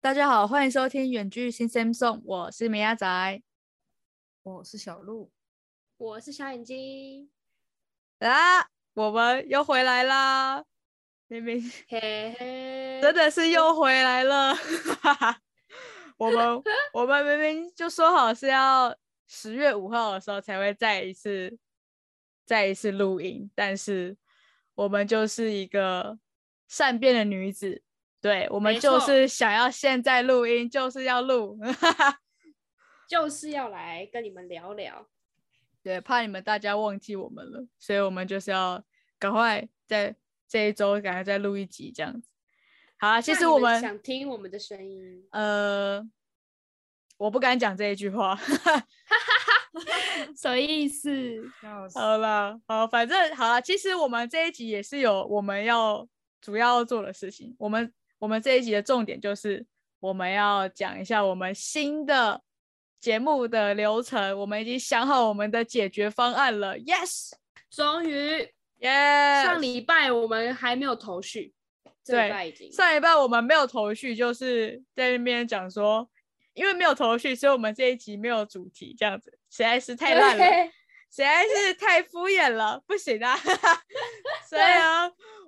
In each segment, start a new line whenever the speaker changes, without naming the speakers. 大家好，欢迎收听远距新 Samsung，我是梅亚仔
我是小鹿，
我是小眼睛，
啊，我们又回来啦！明明
嘿嘿，
真的是又回来了， 我们我们明明就说好是要十月五号的时候才会再一次再一次录音，但是我们就是一个善变的女子，对我们
没
就
错
是想要现在录音，就是要录，
就是要来跟你们聊聊。
对，怕你们大家忘记我们了，所以我们就是要赶快在这一周赶快再录一集这样子。好啊，其
那
实
你
我
们
们
想听我们的声 音，
呃，我不敢讲这一句话。
什么意思？
要死
好啦，好，反正好啦。其实我们这一集也是有我们要主要做的事情。我们我们这一集的重点就是我们要讲一下我们新的节目的流程。我们已经想好我们的解决方案了。Yes，
终于
yes。
上礼拜我们还没有头绪，这
对
礼拜已经
上一半我们没有头绪，就是在那边讲说，因为没有头绪，所以我们这一集没有主题，这样子实在是太烂了，
对
实在是太敷衍了，不行啊！ 所以啊，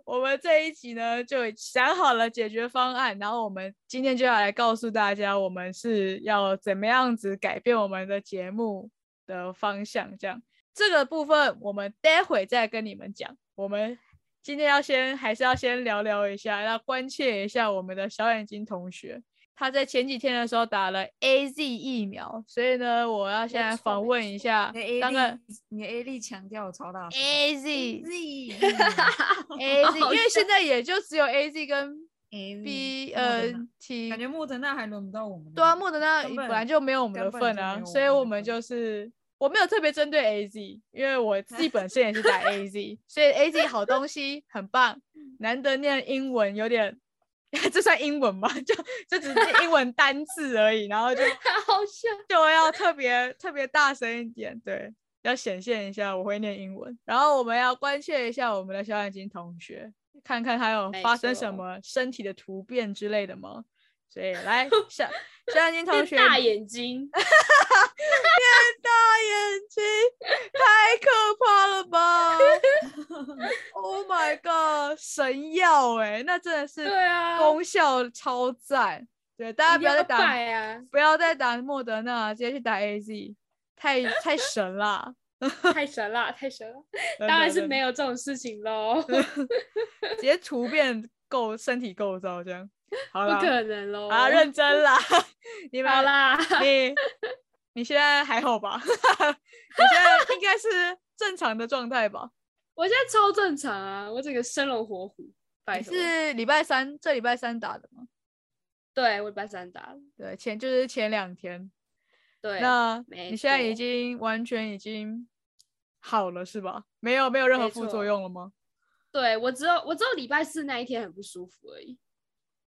我们这一集呢就想好了解决方案，然后我们今天就要来告诉大家，我们是要怎么样子改变我们的节目的方向，这样。这个部分我们待会再跟你们讲。我们今天要先还是要先聊聊一下，要关切一下我们的小眼睛同学。他在前几天的时候打了 A Z 疫苗，所以呢，我要先
没
来
错
访
没
问一
错
下
你的 A
当个
力，你的 A 力强调超 大声
A Z A
Z
Z，因
好
为现在也就只有 A Z 跟
A
B
呃，
N T，
感觉莫德纳还轮不到我们。
对啊，莫德纳
根
本
本
来就没有我们的
根本
份
就没
啊，
有
所以
我们的
我们就
份
是我没有特别针对 A Z，因为我自己本身也是 打 A Z，所以 A Z 好东西很棒，难得念英文有点， 这算英文吗？ 就就只是英文单字而已，然后就
好笑。
就要特别特别大声一点，对，要显现一下我会念英文。然后我们要关切一下我们的小眼睛同学，看看他有
没
发生什
错
么身体的突变之类的吗？所以 来小小眼睛同
变
学，
大眼 睛，
大眼睛，太可怕了 吧！Oh my god，神药哎、那真的是
对啊，
功效超赞。对，大家
一
不
定
要再打
拜啊，
不要再打莫德纳，直接去打 A Z，太太神啦！
太神了，太神了，当然是没
有，
有这种事情喽，
直接突变构身体构造这样。好
不
啦，
可能喽。
啊，认真啦！ 你们
好，啦，
你你现在还好吧？ 你现在应该是正常的状态吧？
我现在超正常啊，我整个生龙活虎，拜
你
托。
是礼拜三，这礼拜三打的吗？
对，我礼拜三打的，
对，前就是前两天。
对，
那
没
你现在已
错
经完全已经好了是吧？没有没有任何
没
副作
错
用了吗？
对我只有我只有礼拜四那一天很不舒服而已。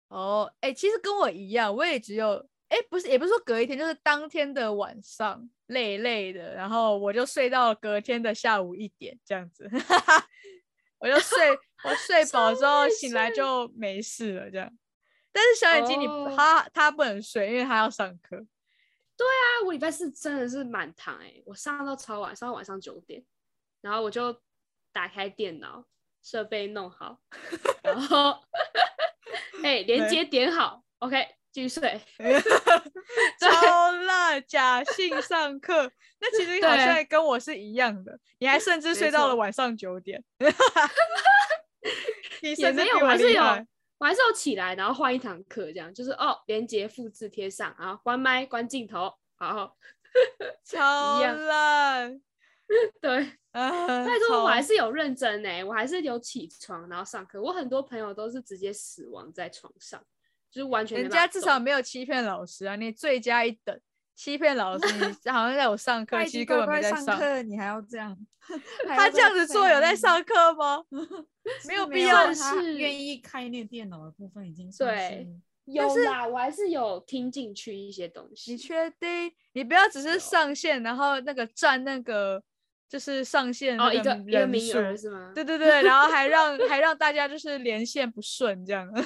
哦，哎、其实跟我一样，我也只有，哎、不是，也不是说隔一天，就是当天的晚上累累的，然后我就睡到隔天的下午一点这样子， 我就睡，我睡饱之后
累
醒来就没事了这样。但是小眼睛你不、
哦
他他不能睡，因为他要上 课。
啊，我礼拜四真的是满堂哎、我上到超晚，上到晚上九点，然后我就打开电脑，设备弄好，然后 哎、连接点好，OK，继续睡。
超辣，假性上课，那其实好
对
像跟我是一样的，你还甚至睡
没
到了
错
晚上 九点， 你
也
甚至
没
比
有我还是
厉
有
害
我还是有起来，然后换一堂课，这样就是哦，连接复制贴上，然后关麦关镜头，然后
超
样
烂，
对，
啊！
拜托，我还
超
是有认真哎、我还是有起床然后上课。我很多朋友都是直接死亡在床上，就是完全没
人
办法
家至
动
少没有欺骗老师啊，你最佳一等。欺骗老 师，你好像在我上课，
快
其
去
实根
乖
本没在
乖上课，你还要这样？ 还
他
要
这样子
废
做有在
物？
上课吗？ 没有必要
但
算
啊他
是
愿意开那电脑的部分已经算
对
是
有啦，我还是有听进去一些东
你
西。
确定？你不要只是
有
上线，然后那个占那个就是上线
哦，一
那
个一个
人
名
数
额是吗？
对对对，然后还让还让大家就是连线不顺这样，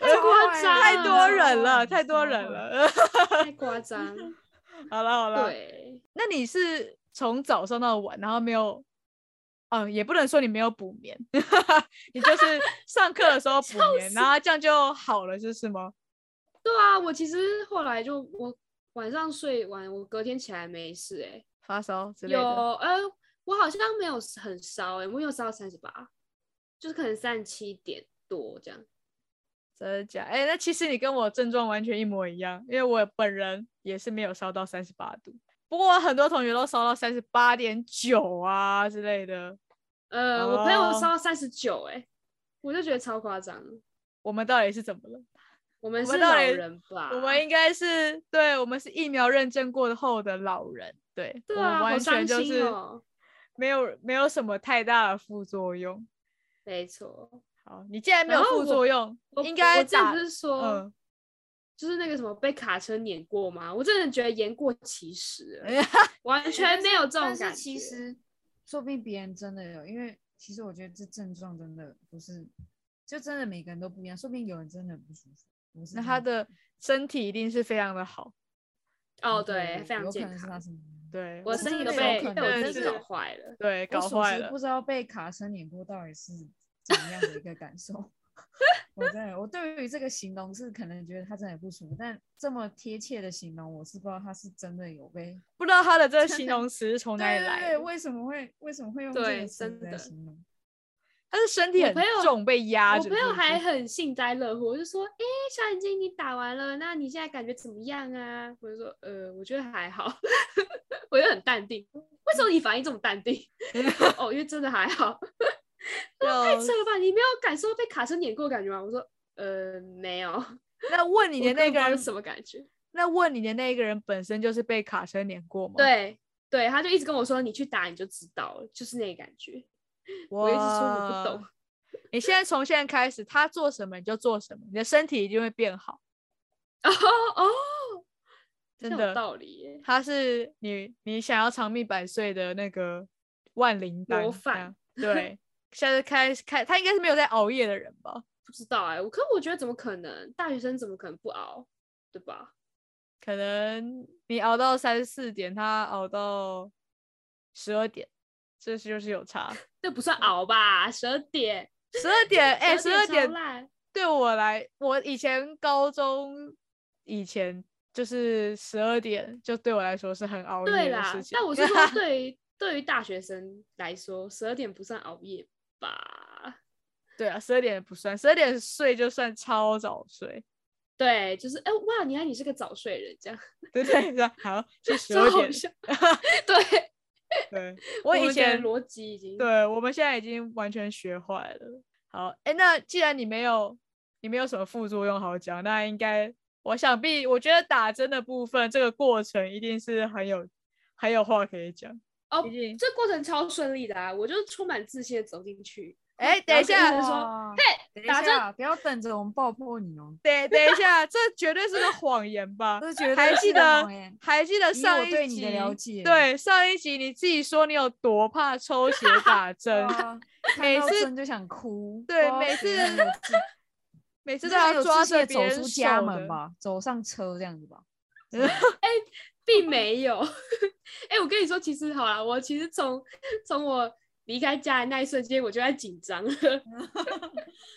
哎
太夸张，
太多人了，
啊
太多人
超
了。
太夸张。
好了好了，
对，
那你是从早上到晚，然后没有，嗯，也不能说你没有补眠， 你就是上课的时候补眠，然后这样就好了，就是吗？
对啊，我其实后来就我晚上睡完，我隔天起来没事哎、
发烧之类
有
的，
呃，我好像没有很烧哎、我有烧到三十八，就是可能三十七点多这样。
真的假？哎、那其实你跟我症状完全一模一样，因为我本人也是没有烧到三十八度，不过我很多同学都烧到三十八点九啊之类的。
呃，我朋友
哦
烧到三十九哎，我就觉得超夸张。
我们到底是怎么了？
我们
我
是
们到
老
底
人吧？
我们应该是对，我们是疫苗认证过后的老人，对，
对
我们
啊，好
完
伤
全就
心
是
哦。
没有、没有什么太大的副作用。
没错，
好，你既然没有
然后
副
我
作用
我，
应
我
该
之前
打
不是说、
嗯，
就是那个什么被卡车碾过吗？我真的觉得言过其 实了完全没有这种
但
感觉。
是其实说不定别人真的有，因为其实我觉得这症状真的不是，就真的每个人都不一样，说不定有人真的很不舒服。我是
那
真
他
嗯
不
的身体一定是非常的好，
哦，
嗯
对，非常
有可
健
能是他
康。
身体
对，
我的
是
身体
真
都
的
被
有可
被我
能
自己
是
搞坏了。
对搞
我属
坏
实
了
不。知道被卡车碾过到底是怎么样的一个感 受。我真的，我对于这个形容是可能觉得他真的不舒服，但这么贴切的形容，我是不知道他是真的有被。
不知道他的这个形 容词是从哪里
对对
来
对，
的，
为什么会为什么会用这
对
个词
真
来
的
形容？
他是身体
我
很
朋友
重，被压
我
着。
朋友
是不
还
是
很幸灾乐祸，我就说：“哎、小眼睛，你打完了，那你现在感觉怎么样啊？”我就说：“呃，我觉得还好。” 我就很淡定。为什么你反应这么淡 定？哦，因为真的还好。太
就
扯了吧！你没有感受被卡车碾过的感觉吗？我说：“呃，没有。”
那问你
你
的那个人
什么感觉？
那问你的那个人本身就是被卡车碾过吗？，
对对，他就一直跟我说：“你去打你就知道了。”就是那个感觉。我一直说我不懂。
你现在从现在开始，他做什么你就做什么，你的身体一定会变好，
哦哦，
真
很有
的。
道理耶。
他是你你想要长命百岁的那个万灵丹
模
这
范
样 对，下次开开他应该是没有在熬夜的人吧？
不知道哎、我可我觉得怎么可能？大学生怎么可能不熬，对吧？
可能你熬到三四点，他熬到十二点，这就是有差。
这不算熬吧？十二点，
十二 点，哎、十二
12
点
超烂
对我来，我以前高中以前就是十二点，就对我来说是很熬
对
夜的
啦
事。情。
但我是说，对于对于大学生来说，十二点不算熬夜吧？
对啊，十二点不算，十二点睡就算超早睡。
对，就是哎、哇，你看你是个早睡人，这样
对对对，好，是 十
超
二
好
点。
笑。对，
对，
我
我以
们的
前，
逻辑已经
对我们现在已经完全学坏了。好，哎，那既然你没有，你没有什么副作用好讲，那应该，我想必，我觉得打针的部分，这个过程一定是很有，很有话可以讲。
哦
毕竟，
这过程超顺利的啊！我就充满自信的走进去，
哎，
然
等一
后跟医
下
生，说
哇
嘿，
等一
打针
下，不要等着我们爆破你哦，
等等一下，这绝对是个谎言 吧？
这绝
还
对
记
是
得
谎言
还记得
以
上
我
一
对
集
你的了解，
对上一集你自己说你有多怕抽血打针，
哇，
每
每
次
次就想哭，
对
哇
每次
觉得很 有自
每次
你
都
这很
要
有
抓
自信
着
地
别
走
人
出家
手
门
的。
吧，走上车这样子吧。
并没有。哎、我跟你说，其实好了，我其实从从我离开家的那一瞬间，我就在紧张了。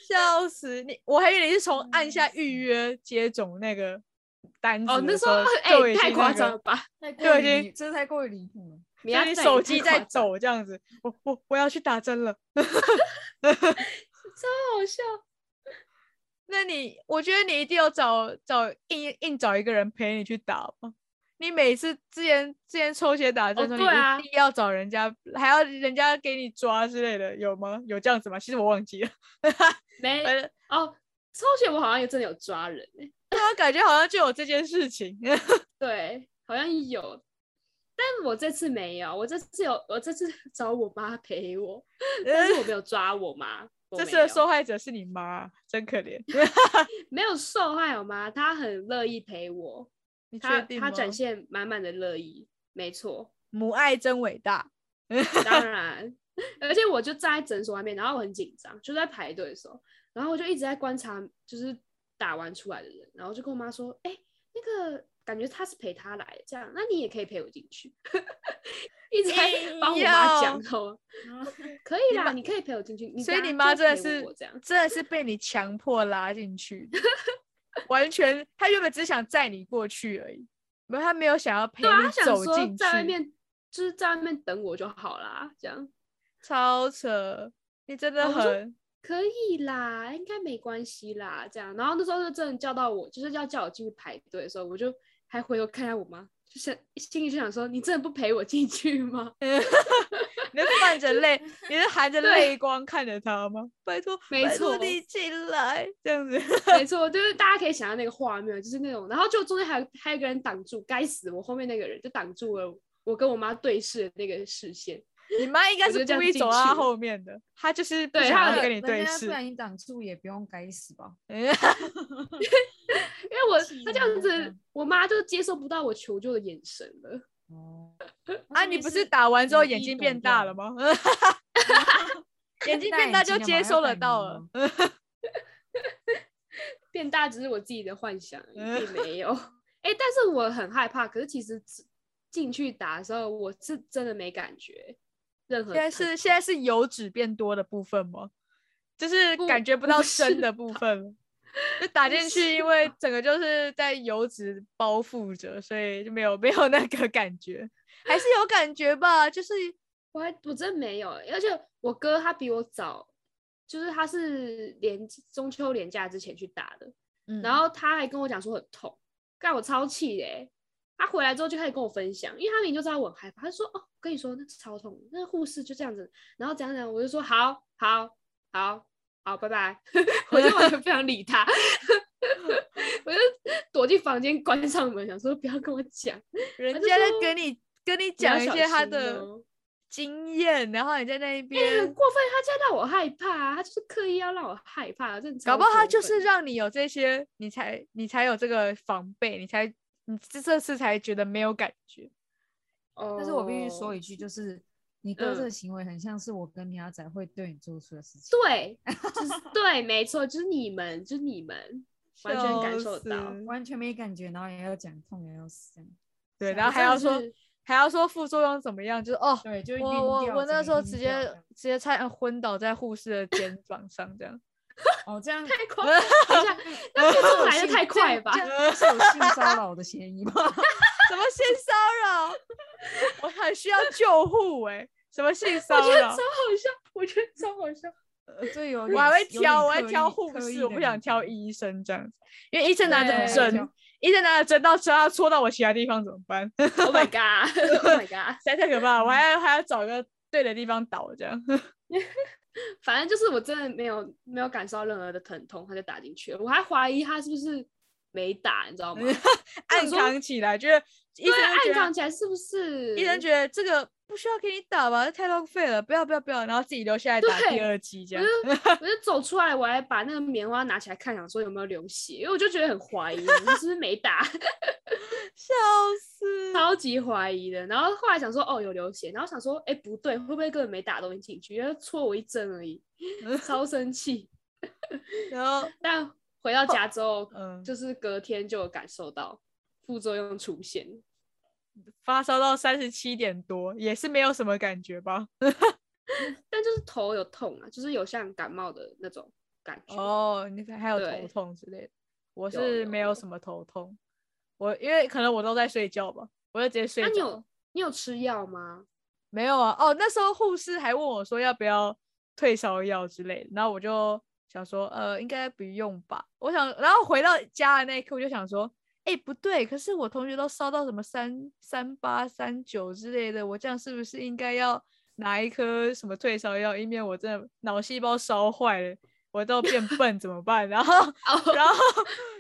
笑死你！我还以为你是从按下
嗯
预约接种那个单子
哦，那
的
时
时
候
候，
哎、
就已
太
经
夸
那个
张了，吧？
太
就
过
已
于
经
离，这太过于离谱了。
你
就
要
你
带
手
也太
机在
夸张，
走这样子，我我我要去打针了。
超好笑。
那你，我觉得你一定要找找硬硬找一个人陪你去打吧。你每次之前之前抽血打针的时候，
对啊
你一定要找人家，还要人家给你抓之类的，有吗？有这样子吗？其实我忘记了，
没
反正
哦，抽血我好像也真的有抓人、欸，
对啊，感觉好像就有这件事情。
对，好像有。但我这次没有，我这次有，我这次 找我妈陪我，但 是我没有抓我妈。我
这次
没有
的受害者是你妈，真可怜。
没有受害我妈，她很乐意陪我，
你
她
确定
她
吗？
展现满满的乐意，没错，
母爱真伟大。
当然，而且我就站在诊所外面，然后我很紧张，就在排队的时候，然后我就一直在观察，就是打完出来的人，然后就跟我妈说：“哎、那个感觉他是陪他来的，这样，那你也可以陪我进去。” 一直在帮我妈讲，知道吗？可以啦，你可以陪我进去。
所以
等
你
下
妈
就
真
陪
的是
我这样，
真的是被你强迫拉 进去的，完全她原本只想载你过去而已，没有她没有想要陪
对啊，
你
她想
走
说
进去，
在外面就是在外面等我就好啦，这样
超扯，你真的
我说
很
可以啦，应该没关系啦，这样。然后那时候就真的叫到我，就是要叫我进去排队的时候，我就还回头看看我妈，就想心里就想说，你真的不陪我进去吗？
你在泛着泪，你是含着
对
泪光看着他吗？拜托，
没
拜托
错
你进来，这 样子。
没错，就是大家可以想象那个画面，就是那种，然后就中间还有还有一个人挡住，该死，我后面那个人就挡住了我跟我妈对视的那个视线。
你妈应该
我
是
就这
故
样
意
进
走到她
去了
后面的，她就是不
对
想
她
要
有
跟你
人
对
家
视啊
不。然你挡住也不用该死吧？
因为我
气
那这样
人
子
嗯，
我妈就接受不到我求救的眼神了。
哦，
啊，
说
你
明
不是打完之
你
后
一
眼睛
懂
变
掉
大
了
了吗？眼睛变大
戴眼
就
镜了吗
接
要
收得
戴眼
到
镜
了
吗。
变大只是我自己的幻想而已，
嗯
并没有。哎、但是我很害怕。可是其实只进去打的时候，我是真的没感觉任何
现
疼
在
痛。
是现在是油脂变多的部分吗？就是
不
感觉不
不
到
是
深的部分了， 就打
不
进去，
是
因为整个就是在油脂包覆着，所以就没有没有那个感觉，还是有感觉 吧，就是
我还我真没有，而且我哥他比我早，就是他是连中秋连假之前去打的，然后他还跟我讲说很痛，干我超气的、欸。他回来之后就开始跟我分享，因为他明明就知道我很害怕，他就说：“哦，跟你说那超痛，那护士就这样子。”然后怎样怎样，我就说：“好，好，好，好，拜拜。” 我就完全不想理 他，我就躲进房间关上门，想说不要跟我讲。
人
就
家在
说
跟你跟你
要
讲一
小
些他
心
的
哦
经验，然后你在那一
欸很
边，
过分，他这样让我害怕、啊，他就是刻意要让我害怕，啊真的
搞
超
不好他
过
就是
分
让你有这些，你才你才有这个防备，你才你这这次才觉得没有感觉。
但是我必须说
哦
一句，就是你哥
嗯
这个行为很像是我跟你阿仔会对你做出的事情。
对， 就是对，没错，就是你们，就是你们，完全感
笑
受到
死
完全没感觉，然后也要讲痛，也要死这样。
对，
吓
然后
我
还
真
要
的
说
是
还要说副作用怎么样，就是哦，
对，就
我
晕
我
掉
我
整
那
个
时候
晕
直接
掉这样
直接差点昏倒在护士的肩膀上，这样。
哦，这样
太快，等一下，那节奏来的太快吧？
这样是有性骚扰的嫌疑吗？
什么性骚扰？ 我很需要救护哎、什么性骚
我觉得超
扰
好？笑，我觉得超好 笑。
这有
我
点
还会
有点
挑，我会
刻
挑
意
护
刻意
士，我
的
不想
感
挑
觉
医生这样子，因为医生拿着
对
针，医生拿着针到只要戳到我其他地方怎么办？ 实
Oh my god，Oh my god，
在太可怕了，我还要还要找一个对的地方倒这样。
反正就是我真的没有没有感受到任何的疼痛，他就打进去了，我还怀疑他是不是没打，你知道吗？
暗
说
扛起来，觉得 医
对，
生就觉
暗
得
杠起来是不是？
医生觉得这个不需要给你打吧，这太浪费了，不要不要不要，然后自己留下来打第
对
二剂这
我
样。
就 我就走出来，我还把那个棉花拿起来看，想说有没有流血，因为我就觉得很怀疑，你是不是没打，
笑死！
超级怀疑的。然后后来想说，哦，有流血，然后想说，哎、不对，会不会根本没打东西进去，因为戳我一针而已，
嗯
超生气。
然后，
但回到家之后，
嗯，就
就是隔天就有感受到副作用出现，
发烧到三十七点多，也是没有什么感觉吧？
但就是头有痛啊，就是有像感冒的那种感觉。
哦，你还有头
对
痛之类的，我
有
是
有
没有
有
什么头痛，我因为可能我都在睡觉吧，我就直接睡
那你
着
有
了。
你有吃药 吗？
没有啊，哦，那时候护士还问我说要不要退烧药之类的，然后我就想说，呃，应该不用吧。我想，然后回到家的那一刻，我就想说，哎、不对，可是我同学都烧到什么三三八、三九之类的，我这样是不是应该要拿一颗什么退烧药，以免我真的脑细胞烧坏了，我都变笨怎么办？然后
哦，
然后，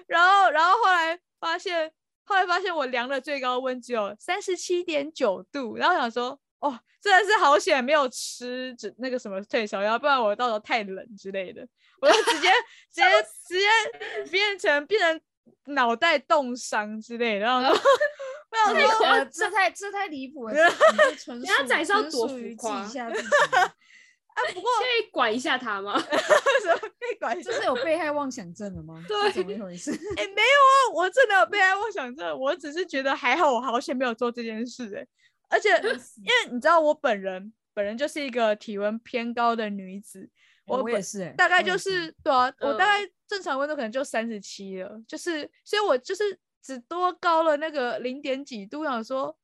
然后，然后后来发现，后来发现我量的最高温只有三十七点九度，然后想说，哦，真的是好险没有吃只那个什么退烧药，不然我到时候太冷之类的，我就 直接直接
哦
直接变成变成脑袋冻伤之类的，然后我我想
这
说，
夸
呃这太这太离 谱了，这你这纯
人家
属
宰是要
纯
多
属
浮
于记
夸
一下自己，
啊，不过
可以管一下他吗？
什么被管
这是有被害妄想症了吗？
对
是怎么一回事？
哎、没有啊，我真的有被害妄想症，我只是觉得还好，我好险没有做这件事、欸。而 且因为你知道，我本人本人就是一个体温偏高的女子，我
我也
本
是、欸，
大概
我也
就是对啊，我大
嗯
概正常温度可能就三十七了，就是所以我就是只多高了那个零点几度，我想说。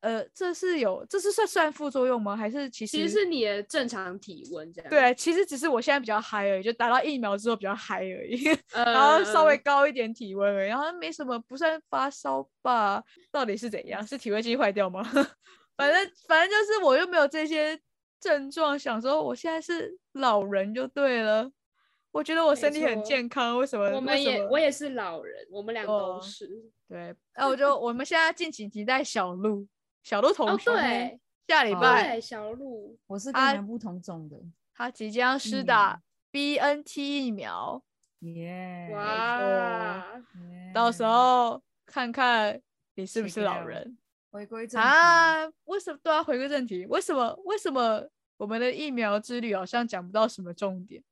呃，这是有，这是算算副作用吗？还是其实
其实是你的正常体温这样。，
对，其实只是我现在比较嗨而已，就打到疫苗之后比较嗨而已。
呃、
然后稍微高一点体温而已，然后没什么，不算发烧吧？到底是怎样？是体温计坏掉吗？ 反正反正就是我又没有这些症状，想说我现在是老人就对了。我觉得我
没
身体很
错
健康，为什么？
我
为
们
什
也
么
我也是老人，我们俩
哦
都是。
对。啊那我就我们现在敬请期待小鹿，小鹿同
哦，
学、
对哦
下礼
好
拜
对，小鹿，
我是跟
啊
南部同种的，
他即将施
嗯
打 BNT 疫苗，
耶、
哇，
到时
嗯
Yeah
候看看你是不
Check
是
it
老
out
人。
回归正题，
啊，为什么都要回归正题？为什么为什么我们的疫苗之旅好像讲不到什么重点？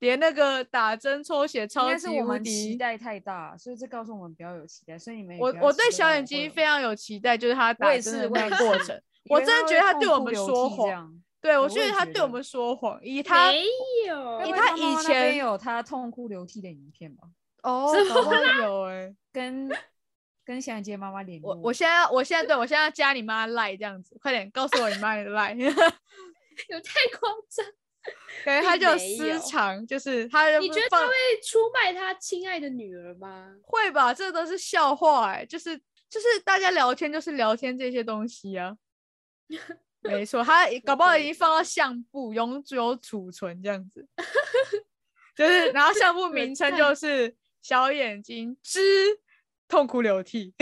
连那个打针抽血
应
超
该是
级
我
无
们期
敌，
待太大，所以这告诉我们不要有期待，所以你们也
我
不要
我
期
对
待
小
我
眼
会
睛
有
非常有期待，就是他
我
打
也
针
是
的
我
那
也
个过
是
程。
以
我
为
真的觉
他会
得他
痛
对我
哭
们
流
说
涕这
谎
样
对我
我
觉
也
得他
觉
对我
得
们说谎，以他
没有
该
以
不会
他
妈妈
以
那边
前
有他痛哭流涕的影片吧，
哦，
怎
搞不好有哎、
跟跟小眼睛的妈妈联络。
我我现在我现在对我现在要加你妈赖这样子，快点告诉我你妈你的赖。
有太夸张。
感觉他
并
就
没有
私藏，就是他就
你
不
觉得
放
他会出卖他亲爱的女儿吗？
会吧，这都是笑话哎、就是就是大家聊天就是聊天这些东西 啊，没错，他搞不好已经放到相簿永久储存这样子，就是 然后相簿名称就是小眼睛之痛哭流 涕，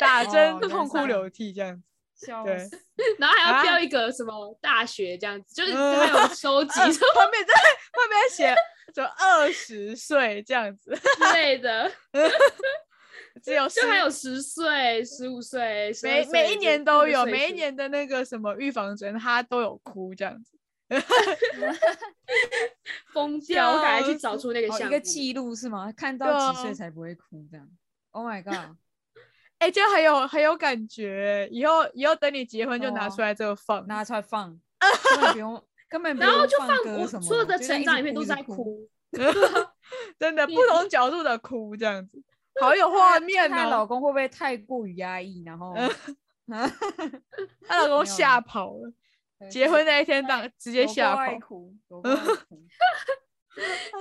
打针
哦
痛
原来是哦
哭
这样
流涕这样子，
笑
对
死，
然后还
啊
要标一个什么大学这样子，就是
嗯
他有收集
啊
什
后面在后面写什么二十岁这样子，
么之类
嗯
的，
只 有
就还
10
有十岁、十五岁、12
嗯每每一
岁
年都有，
14岁
每一
是
年的那个什么预防针，他都有哭这样子。
疯掉，我赶快去
笑
找
死
出那个
哦
相
一
簿。
个记录是吗？看
对
到几
啊
岁才不会哭这样？Oh my god！
哎、这样很有很有感觉。以后以后等你结婚就拿
哦
出来这个放。
拿出来 放，根本不用，根本不
然后
用
就
放
放
歌
我
什么
所有的
就
成
一
长里
直
面都
哭一
是
直
在
哭，
哭，
真的
你
不同角度的哭这 样子，好有
她
画
就
面
她
哦嗯
老。公会不会太过于压抑，然后
她老公
没有
吓跑了，结婚那一天当直接
有够
吓
爱
跑，
哭， 有够爱哭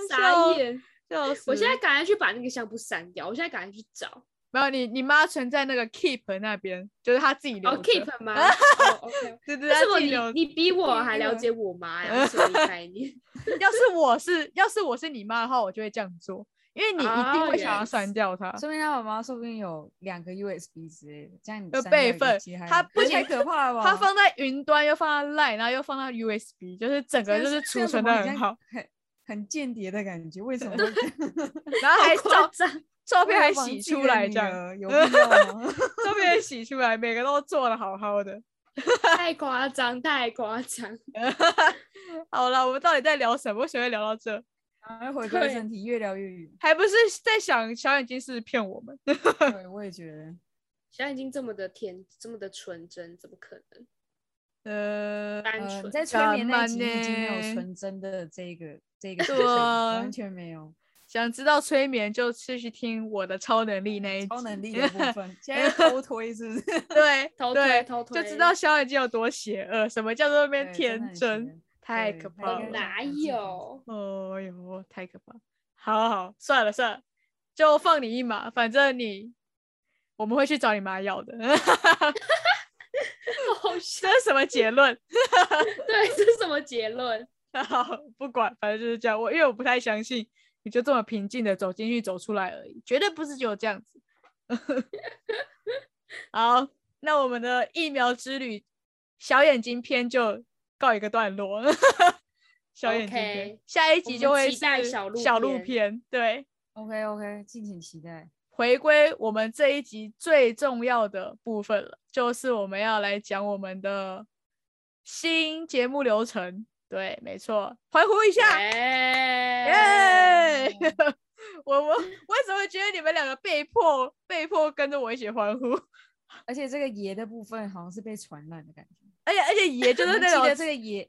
傻
笑哦嗯
眼。
笑死。
我现在赶快去把那个相簿删掉，我现在赶快去找。
没有你，你妈存在那个 Keep 那边，就是她自己留
哦
着。
，keep 吗？哦，OK。
对对，
为
她
什么
自己留着
你你比我还了解我妈呀？什么概念？
要是我是要是我是你妈的话，我就会这样做，因为你一定
哦
会想
原
要
来
删
是
掉它。
说明他妈妈说不定有两个 USB 之类的，这样你
有
删
备
掉一个
份
其
她
的
不
有
仅
点可怕了吧？
它放在云端，又放在 Line，然后又放到 USB，就是整
这
个
样
就是
这
储
样
存
怎么
的
好
很
像
好，
很很间谍的感觉，为什么会这样？
然后还
好夸
照
张，
照
为
片
了
还
防
洗
自己
出
的
来，
女
这样
儿有必要吗？
照片还洗出来，每个都做的好好的。
太夸张，太夸张。
好了，我们到底在聊什么？为什么会聊到这？
然后回归
对
正题，越聊越远。
还不是在想小眼睛是不是骗我们？
对，我也觉得。
现在已经这么的天，这么的纯真，怎么可能
呃，
单
呃，你
纯？
在催
浪
眠那
漫
一集你已经没
呢
有纯真的这一个这一个成
对
分
啊
完全没有
想知道催眠就继续听我的超能力那一集。
超能力的部分，现在偷 推是不是？
对
偷推
对，
偷
就
推
知道小眼睛有多邪恶，什么叫做那边
对
天真。，太
对
可
他
怕
应
了！
该想
哪
要自己
有？
哦哟，太可怕！好好，算了算了，就放你一马，反正你我们会去找你妈要的。
好笑
这。是什么结论？
对，这是什么结论？
好，不管，反正就是这样。我因为我不太相信，你就这么平静的走进去走出来而已，绝对不是只有这样子。 好，那我们的疫苗之旅小眼睛篇就告一个段落。 小眼睛篇
OK，
下一
我
集
们
就会
期待
是
小鹿
小鹿
篇
篇，对。
分。OK OK，敬请期待。
回归我们这一集最重要的部分了，就是我们要来讲我们的新节目流程。对，没错，欢呼一下！耶
耶！
我 我为什么会觉得你们两个被迫被迫跟着我一起欢呼？
而且这个爷的部分好像是被传染的感觉。
而且而且也就
你
是
们
那
记
种
得这个爷，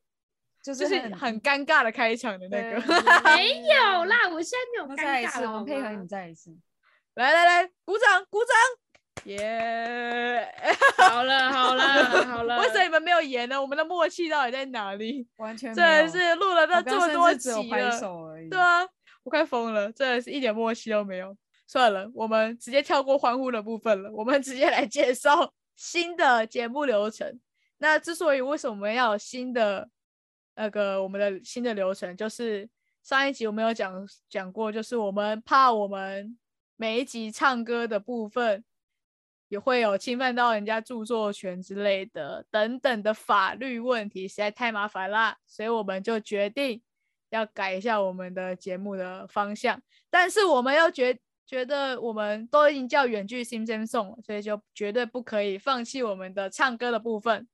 就
就是是很尴尬的开场的那
对
个。
没有啦，我现在没有
那
尴
再一
尬
次，
了，
我
好
们配合
吗
你再一次。
来来来，鼓掌鼓掌！ 耶、
好了好了好 了，
为什么你们没有演呢？我们的默契到底在哪里？
完全
真
没有
的是录了
我
到
刚
这么
甚
多
至
集
只有拍
了，
手而已。
对啊，我快疯了，真的是一点默契都没有。算了，我们直接跳过欢呼的部分了，我们直接来介绍新的节目流程。那之所以为什么要有新的那个我们的新的流程，就是上一集我们有讲讲过，就是我们怕我们每一集唱歌的部分也会有侵犯到人家著作权之类的等等的法律问题，实在太麻烦啦，所以我们就决定要改一下我们的节目的方向。但是我们要觉觉得我们都已经叫远距新生颂了，所以就绝对不可以放弃我们的唱歌的部分。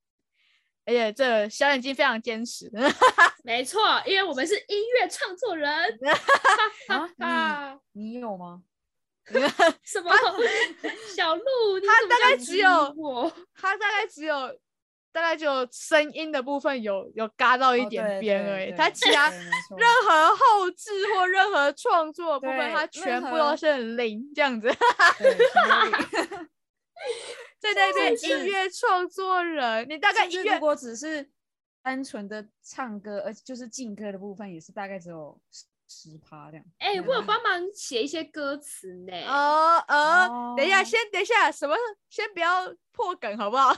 而且这小眼睛非常坚持，
没错，因为我们是音乐创作人。哈哈
啊
哈！
你有吗？
什么？ 小鹿，你
啊他
怎么
大
这样
概
子
只有
逼我，
它大概只有大概只有声音的部分有有嘎到一
哦
点
对
边
对
而已，
对
它其他
对没错
任何后置或任何创作的部分，
对
它
任
全部
何
都是很零这 样子。
对 所以
在那边
至
音乐创作人，你大概
甚
音
至
乐
如果只是单纯的唱歌，而就是进歌的部分也是大概只有十趴这样。
哎、
嗯
我有帮忙写一些歌词呢。
呃呃，等一下，
哦
先等一下，什么？先不要破梗好不好？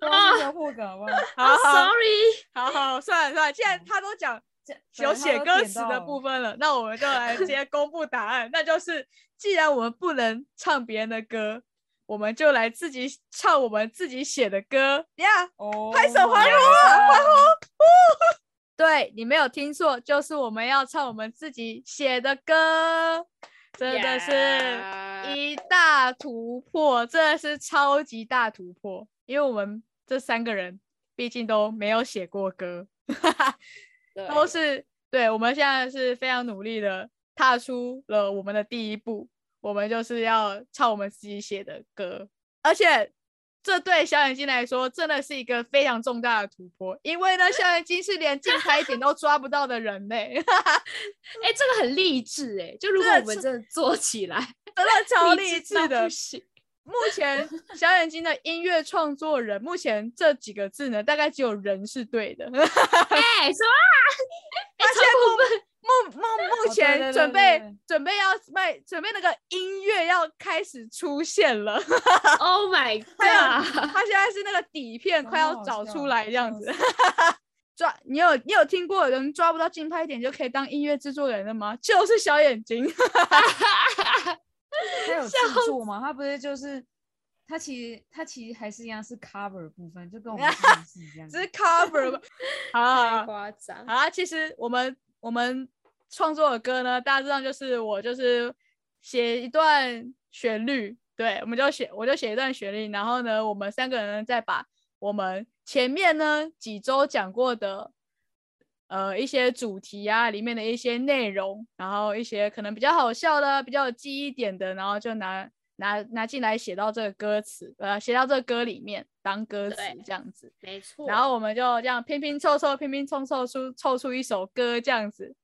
对啊，这条破梗好不好？
好
s o
好
r r y
好好，算了算了，既然他都讲
这
有写歌词的部
分，
分了，那我们就来 直接公布答案。那就是，既然我们不能唱别人的歌，我们就来自己唱我们自己写的歌呀。
哦，
拍手欢呼啊
欢呼！
对你没有听错，就是我们要唱我们自己写的歌，真的是
是
一大突破，真的是超级大突破。因为我们这三个人毕竟都没有写过歌，都是对，我们现在是非常努力的踏出了我们的第一步，我们就是要唱我们自己写的歌，而且这对小眼睛来说真的是一个非常重大的突破，因为呢，小眼睛是连竞拍点都抓不到的人类，
哎、这个很励志哎、就如果
这
我们真的做起来，
真的超
励
励
到
志的
不。行。
目前 小眼睛的音乐创作人，目前这几个字呢，大概只有人是对的。
哎、什么？哎
他现在目目目目
哦对
前
对对
准
对
备
对
准备要卖，准备那个音乐要开始出现了，
Oh my
还有
god！
他现在是那个底片快
好
要
好
找出
哦笑
来这样
笑
子。抓你有你有听过有人抓不到竞拍点就可以当音乐制作人的吗？就是小眼睛，
他有制作吗？他不是就是他其实他其实还是一样是 cover 的部分，就跟 我们唱的是一样
只
的。
是 cover 吧。好好好
太夸张
好！啦，其实我们我们创作的歌呢，大致上就是我就是写一段旋律，对，我们就写我就写一段旋律，然后呢，我们三个人呢再把我们前面呢几周讲过的呃一些主题啊里面的一些内容，然后一些可能比较好笑的、啊比较有记忆点的，然后就拿拿拿进来写到这个歌词，呃，写到这个歌里面当歌词
对
这样子。
没错。
然后我们就这样拼拼凑凑、拼拼凑凑出凑出一首歌这样子。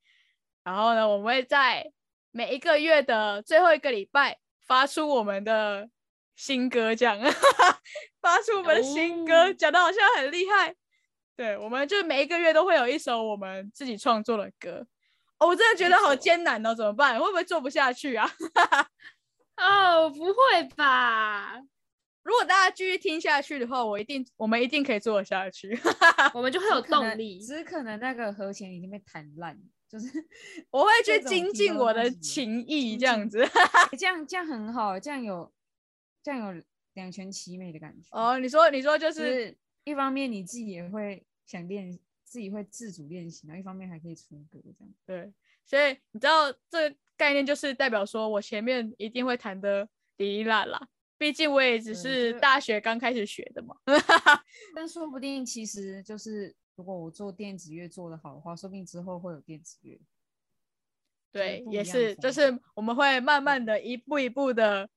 然后呢，我们会在每一个月的最后一个礼拜发出我们的新歌，这样 发出我们的新歌，
哦
讲的好像很厉害。对，我们就每一个月都会有一首我们自己创作的歌。哦，我真的觉
没
得好
错
艰难哦，怎么办？会不会做不下去啊？
哦，不会 吧？
如果大家继续听下去的话，我一定，我们一定可以做得下去。
我们就会有
可能
动力。
只是可能那个和弦已经被弹烂，就是
我会去
这种
精
听
进
到
我
那
的
几个
情谊，
精
这样
进
子。
欸这样这样很好，这样有这样有两全其美的感觉。
哦，你说你说就
就是是一方面你自己也会想练，自己会自主练习，然后一方面还可以出歌这样。
对，所以你知道这概念就是代表说我前面一定会弹的哩哩啦啦，毕竟我也只
对
是
就
大学刚开始学的 嘛。
但说不定其实就是，如果我做电子乐做得好的话，说不定之后会有电子乐。
对，
不
也
一样的
是，就
风
是我们会慢慢的一步一步的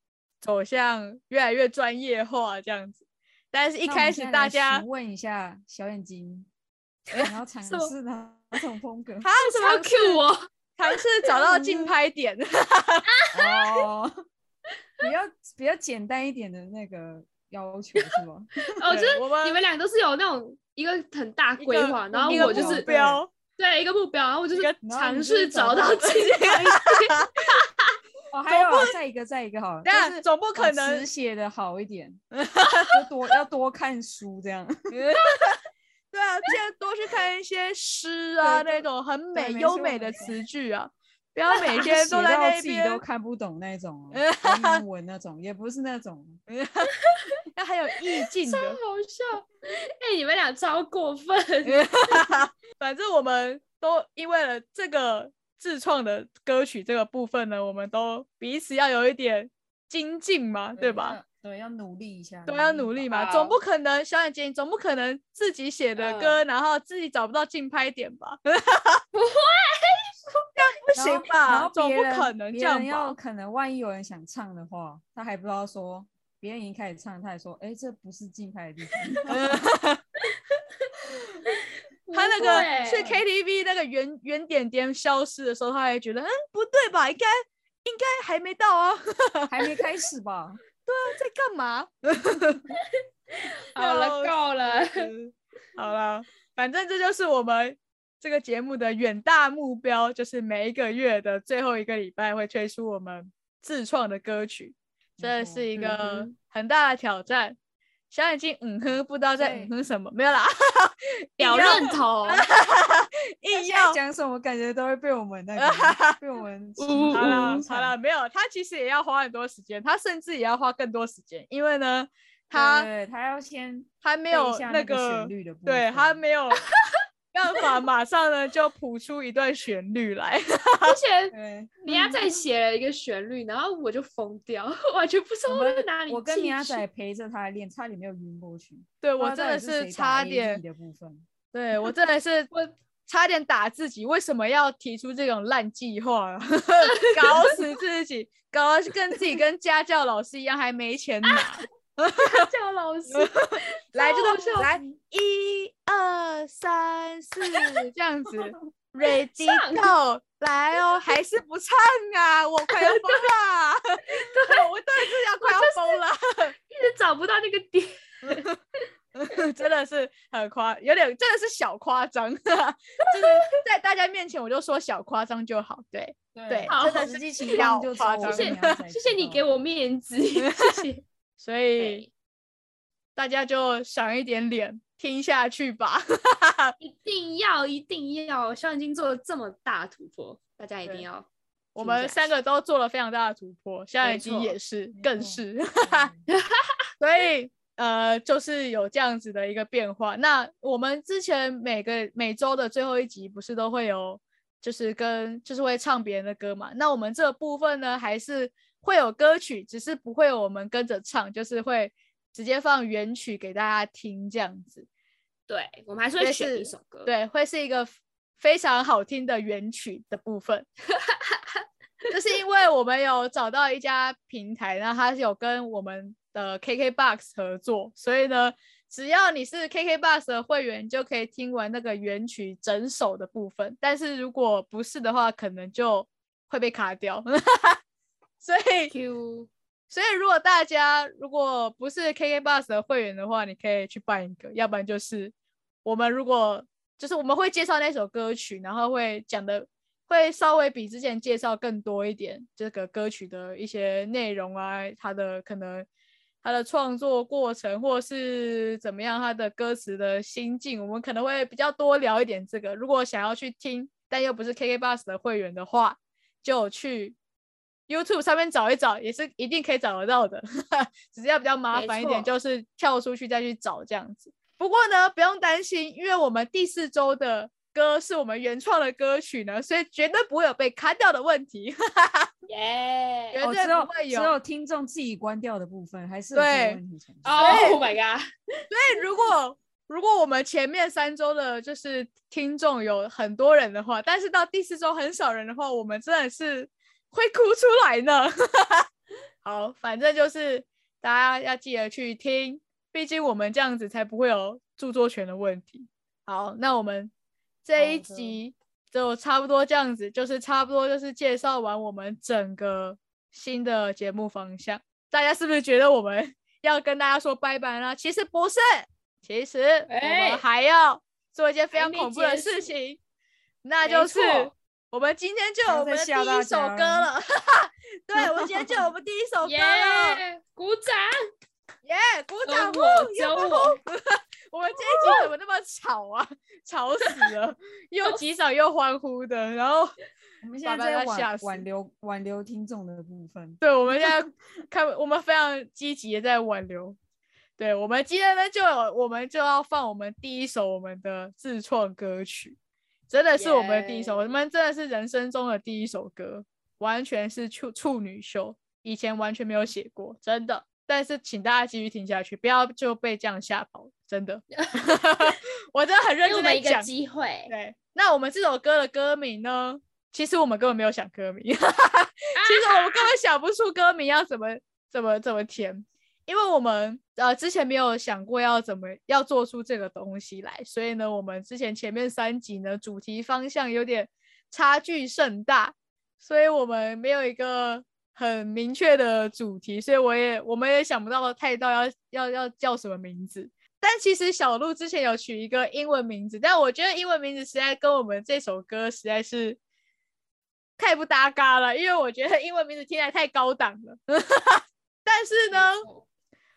走向越来越专业化这样子。但是一
那我们
开
现
始
在
大
来
家
询问一下小眼睛， 你要尝
什么
试哪种风格？
他
为什么要
尝试
cue 我？
尝 试找到竞拍点，
哦，比较比较简单一点的那个要求是吗？
哦，就
对
是
我们
你们俩都是有那种一个很大
啊一
规
个
划，然后
一个
我就
目
是
对
标，
对一个目标，然后我就
一个
是
然后你
尝
就
试
是找
找
到
到自己的
哦，还有啊再一个再一个好了，
等下
就是
总不
把
可
词
能
写的好 一点，就多要多看书这样。
对啊，现在多去看一些诗啊，
对
那
就
种很美
对没
优
错
美的
没错
词句 啊，不要每
就
天
写
都在
到
那
自己都
边。
看不懂那 种、哦，文言文那种，也不是那种。
那还有 意境
超
的，
好笑。哎、你们俩超过分，
反正我们都因为了这个自创的歌曲这个部分呢，我们都彼此要有一点精进嘛， 对吧？？
对，要努力一下，
都要努力
嘛。
嘛，总
好
不可能小眼睛，总不可能自己写的
嗯
歌，然后自己找不到竞拍点吧？不会， 这
然
样
后
不行吧？
然后
总
别
不
人
可能这
别
样
人
吧？
要可能万一有人想唱的话，他还不知道说，别人已经开始唱，他还说，哎，这不是竞拍的地方。
他那
不哎
个去
会
KTV 那个圆圆点点消失的时候，他还觉得，嗯，不对吧？应该应该还没到啊，
还没开始吧？
在干嘛？
好了，够 了，
嗯好了，反正这就是我们这个节目的远大目标，就是每一个月的最后一个礼拜会推出我们自创的歌曲，这
没错
是一个
嗯
很大的挑战。小眼睛，嗯哼，不知道在
对
嗯哼什么，没有啦，
表认同，
他
硬
现
要
在讲什么，感觉都会被我们那个被我们
呜
情
好
绪
了
影
好
响
了，没有，他其实也要花很多时间，他甚至也要花更多时间，因为呢，他
对他要先
还没
背
有
一下
那
个
个
旋，律的嗯部分，
对他没有办法马上呢就谱出一段旋律 来。
之前
对。
米亚仔写了一个旋律，然后我就疯掉， 完全不知
我
道在
们
哪里
我跟
进
米亚
去
仔陪着他练，差点没有晕过去。
对
不
我
知
真
道到
的
底是谁打
差
AD
点，
的部分，
对我真的是
我
差点打自己，为什么要提出这种烂计划 啊，搞死自己，搞得跟自己跟家教老师一样，还没钱拿。
叫老师
来，
超
就
好
是
笑
来一二三四这样子，Ready
唱
Go，来哦，还是不唱啊？我快要疯了啊，对， 我真的是要快要疯了，
一直找不到那个点，
真的是很夸，有点真的是小夸张， 就是在大家面前我就说小夸张就好，对，对
好
真的
是
实际
比
情
较
况就
夸
只有
张
我
谢谢
跟米亚仔
谢谢
知
你
道
给我面子，谢谢。
所以
对
大家就赏一点脸，听下去吧。
一定要一定要，小眼睛做了这么大的突破，大家一定
对
要
我
听
们
下
三
去
个都做了非常大的突破，小
没
眼睛也
错
是，
没
更
错
是。
对
所以呃，就是有这样子的一个变化。那我们之前每个每周的最后一集不是都会有，就是跟就是会唱别人的歌嘛？那我们这部分呢，还是会有歌曲，只是不会有我们跟着唱，就是会直接放原曲给大家听这样子。
对，我们还是
所
会
以
选
是
一首歌。，
对，会是一个 f- 非常好听的原曲的部分。这是因为我们有找到一家平台，然后它是有跟我们的 KKBOX 合作，所以呢，只要你是 KKBOX 的会员，就可以听完那个原曲整首的部分。但是如果不是的话，可能就会被卡掉。 所以
Q
所以，如果大家如果不是 KK Bus 的会员的话，你可以去办一个，要不然就是我们如果就是我们会介绍那首歌曲，然后会讲的会稍微比之前介绍更多一点这个歌曲的一些内容啊，它的可能它的创作过程或是怎么样，它的歌词的心境，我们可能会比较多聊一点这个。如果想要去听，但又不是 KK Bus 的会员的话，就去 YouTube 上面找一找，也是一定可以找得到的，只是要比较麻
没
烦一点，
错
就是跳出去再去找这样子。不过呢，不用担心，因为我们第四周的歌是我们原创的歌曲呢，所以绝对不会有被砍掉的问题。
耶！
绝
哦，
对
只有
不会
只
有
有听众自己关掉的部分，还是有这
对哦
个问题存在。
Oh my god！
所以如果如果我们前面三周的就是听众有很多人的话，但是到第四周很少人的话，我们真的是会哭出来呢。 好，反正就是大家要记得去听，毕竟我们这样子才不会有著作权的问题。好，那我们这一
好的
集就差不多这样子，就是差不多就是介绍完我们整个新的节目方向。大家是不是觉得我们要跟大家说拜拜呢？其实不是，其实我
哎
们还要做一件非
还
常
没
恐怖的
结
事
束
情，那
没
就是
错
我们今天就
还
有
要
我们
再
的第
吓大
一首
家
歌了。 对，我们今天就有我们第一首歌
耶
了，
鼓掌！
耶！鼓掌！哦
走
呼
我，
呀
走
呼
我！
我们这一集怎么那么吵啊？ 吵死了，又击掌又欢呼的，然后
我们现在
爸爸
在
要吓
挽
死
挽留挽留听众的部分，
对我们 现在看，我们非常积极的在挽留。对我们今天呢，就有我们就要放我们第一首我们的自创歌曲，真的是我们的第一首，我们真的是人生中的第一首歌，完全是处处女秀，以前完全没有写过，真的。但是请大家继续听下去，不要就被这样吓跑，真的。 我真的很认
给我
真
们
在
一个
讲。
机会，
对，那我们这首歌的歌名呢？其实我们根本没有想歌名， 其实我们根本想不出歌名要怎么怎么怎么填，因为我们呃之前没有想过要怎么要做出这个东西来，所以呢，我们之前前面三集呢主题方向有点差距甚大，所以我们没有一个很明确的主题，所以我也我们也想不到太到要要要叫什么名字。但其实小鹿之前有取一个英文名字，但我觉得英文名字实在跟我们这首歌实在是太不搭嘎了，因为我觉得英文名字听起来太高档了。 但是呢，
嗯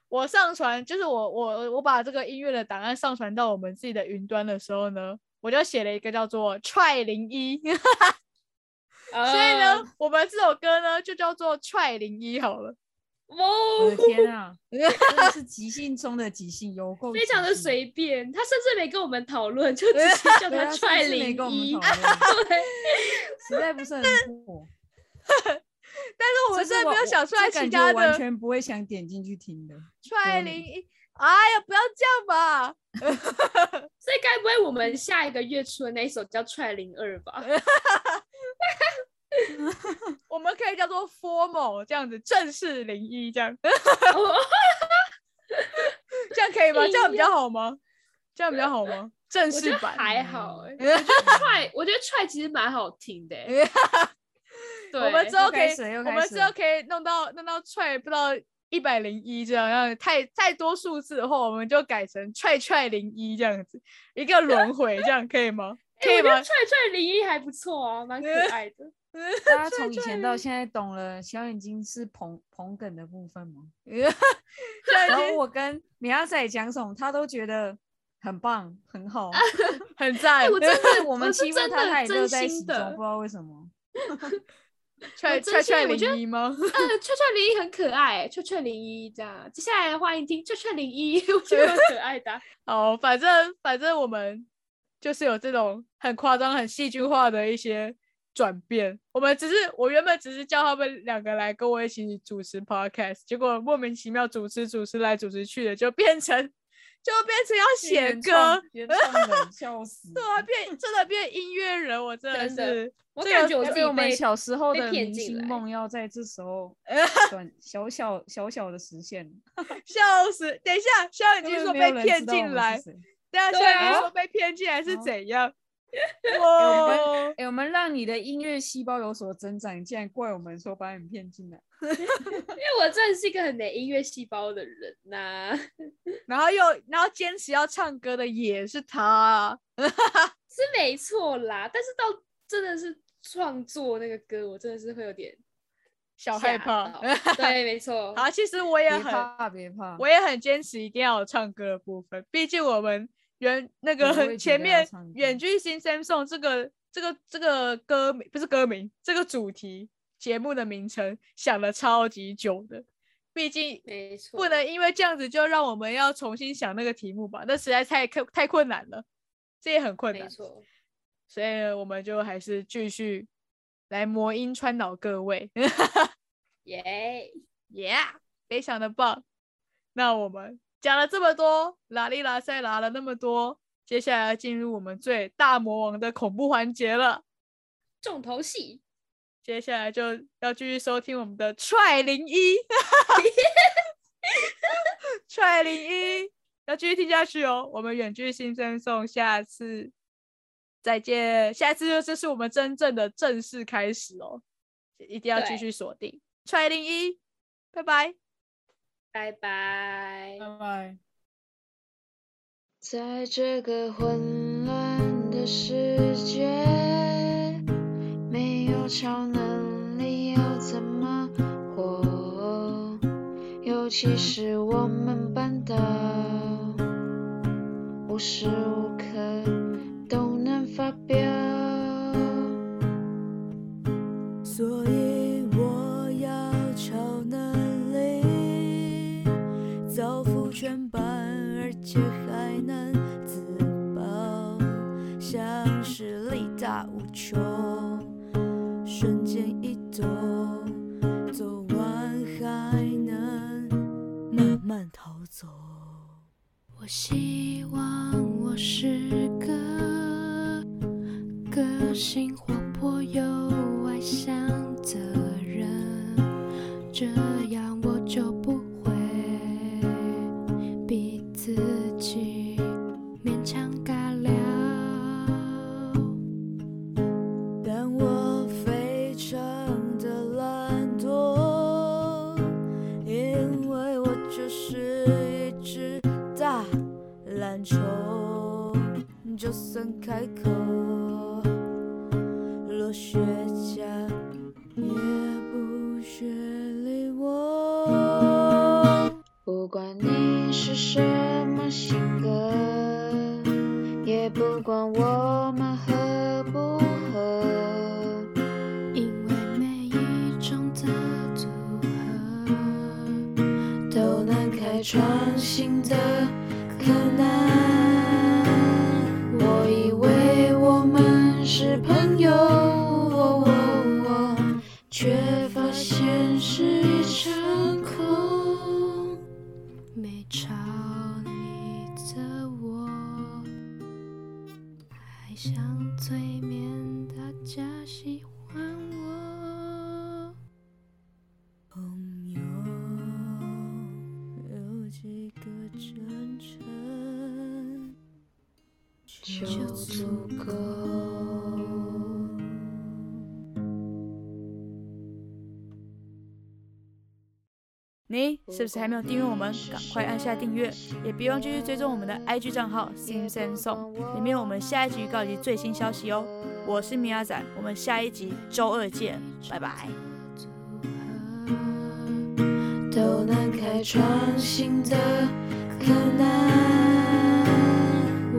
我上传就是我我我把这个音乐的档案上传到我们自己的云端的时候呢，我就写了一个叫做“踹零一”。所以
呃
呢，我们这首歌呢就叫做《踹零一》好了。
呃，
我
哦
的，天啊，真的是即兴中的即兴，有够
非常的
即兴，
随便，他甚至没跟我们讨论，就直接叫
对
他
啊，
踹
甚至没
零
跟我们
一
讨。论，
对，
实在不是很火。
但是我们
这
真
是
的没有想出来
这感
其
觉
他
完
的
全不会想点进去听的。
踹
歌
零
名
一。哎呀，不要这样吧！
所以该不会我们下一个月出的那一首叫踹零二 吧？
我们可以叫做 formal 这样子，正式零一这样，
哦
这样可以吗？
一
这样比较好吗？这样比较 好吗？正
我觉
式
得
版。啊
嗯
还好哎、欸，踹，我觉得踹其实蛮好听的、欸。对，
我们之
又
后可
开
以
始了，又
我
开
们
始
之后
了
可以弄到弄到踹不到一百零一这样，然后太太多数字的话，我们就改成踹踹零一这样子，一个轮回这样可以吗？可
欸
以
我觉
吗
得？踹踹零一还不错啊，蛮可爱 的。
大家从以前到现在懂了小眼睛是捧捧梗的部 分吗？然后我跟米亚仔讲什么，他都觉得很棒，很好。
很赞
哎、，啊我真的，
我们
是
欺负
真
他，
的
他也乐
真
在
心
其中，
的
不知。道为什么。
踹
真
踹
心
踹
哎我觉得
零一吗？
嗯，踹踹零一很可爱、欸，踹踹零一这样。接下来欢迎听踹踹零一， 我觉得蛮可爱的啊、
哦，反正反正我们就是有这种很夸张、很戏剧化的一些转变。我们只是我原本只是叫他们两个来跟我一起主持 podcast，结果莫名其妙主持主持来主持去的，就变成就变成要写
原
歌
创，原创人 笑死。
对啊，变真的变音乐人，我真的
真的
是
我
这
感
个
觉我自
被我
己
们
被
小时候
被
的
骗
明
进
星
来
梦要在这 时候短小小小小的实现，
笑死。等一下，肖远
根
金
本
说
没有
被
人
骗
知道我
进
们
来
是，谁。
等一下
对
肖远金
啊
说被骗进来是
哦
怎样？
我们
哇！
哎、我们让你的音乐细胞有所增长，你竟然怪我们说把你骗进来，
因为我真的是一个很没音乐细胞的人呐、
然后又然后坚持要唱歌的也是他，啊
是没错啦。但是到真的是创作那个歌，我真的是会有点
小害
吓
怕。
到对，没错。
好，其实我也
别
啊很
怕别怕，
我也很坚持一定要有唱歌的部分，毕竟我们原那
我也觉
个
得
前
要
面
唱歌
远距新 Samsung 这个这个这个歌名不是歌名，这个主题节目的名称想了超级久的，毕竟。
没错，
不能因为这样子就让我们要重新想那个题目吧，那实在太太困难了，这也很困难
没。错，
所以呢我们就还是继续来魔音川岛各位
耶、
，Yeah，非常的棒。那我们讲了这么多，拉里拉塞拉了那么多，接下来要进入我们最大魔王的恐怖环节了。
重头戏，
接下来就要继续收听我们的踹零一， 踹零一，要继续听下去哦。我们远距新生送，下次再见。下次就这是我们真正的正式开始哦，一定要继
对
续锁定踹零一，拜拜。
拜拜。
拜拜。
在这个混乱的世界，没有超能力要怎么活？尤其是我们班的，无时无刻都能发表。所以我要超能力，造福全班，而且还能自保，像是力大无穷，瞬间移动，做完还能慢慢逃走。我希望我是个个性活泼又外向的人。这样我就不会逼自己勉强尬聊。但我非常的懒惰，因为我就是一只大懒虫，就算开口落雪茄。也不屑理我。不管你是什么性格，也不管我们合不合，因为每一种的组合都能开创新的可能。我以为我们是朋友。哦哦哦却发现是一场空。没朝你的我，还想催眠大家喜欢我。朋友有几个真诚，就足够。
你是不是还没有订阅我们？赶快按下订阅，也别忘继续追踪我们的 IG 账号 Sim Sam Song，里面有我们下一集预告以及最新消息哦。我是米亚仔，我们下一集周二见，拜拜。
都能开创新的可能。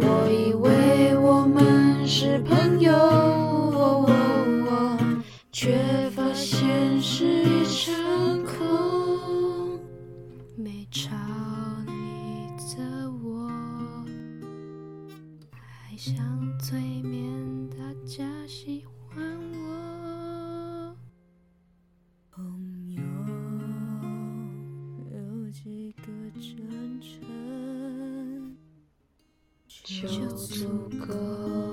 我以为我们是朋友，哦哦哦却发现是一场空。没朝你的我，还想催眠大家喜欢我。朋友有几个真诚，就足够。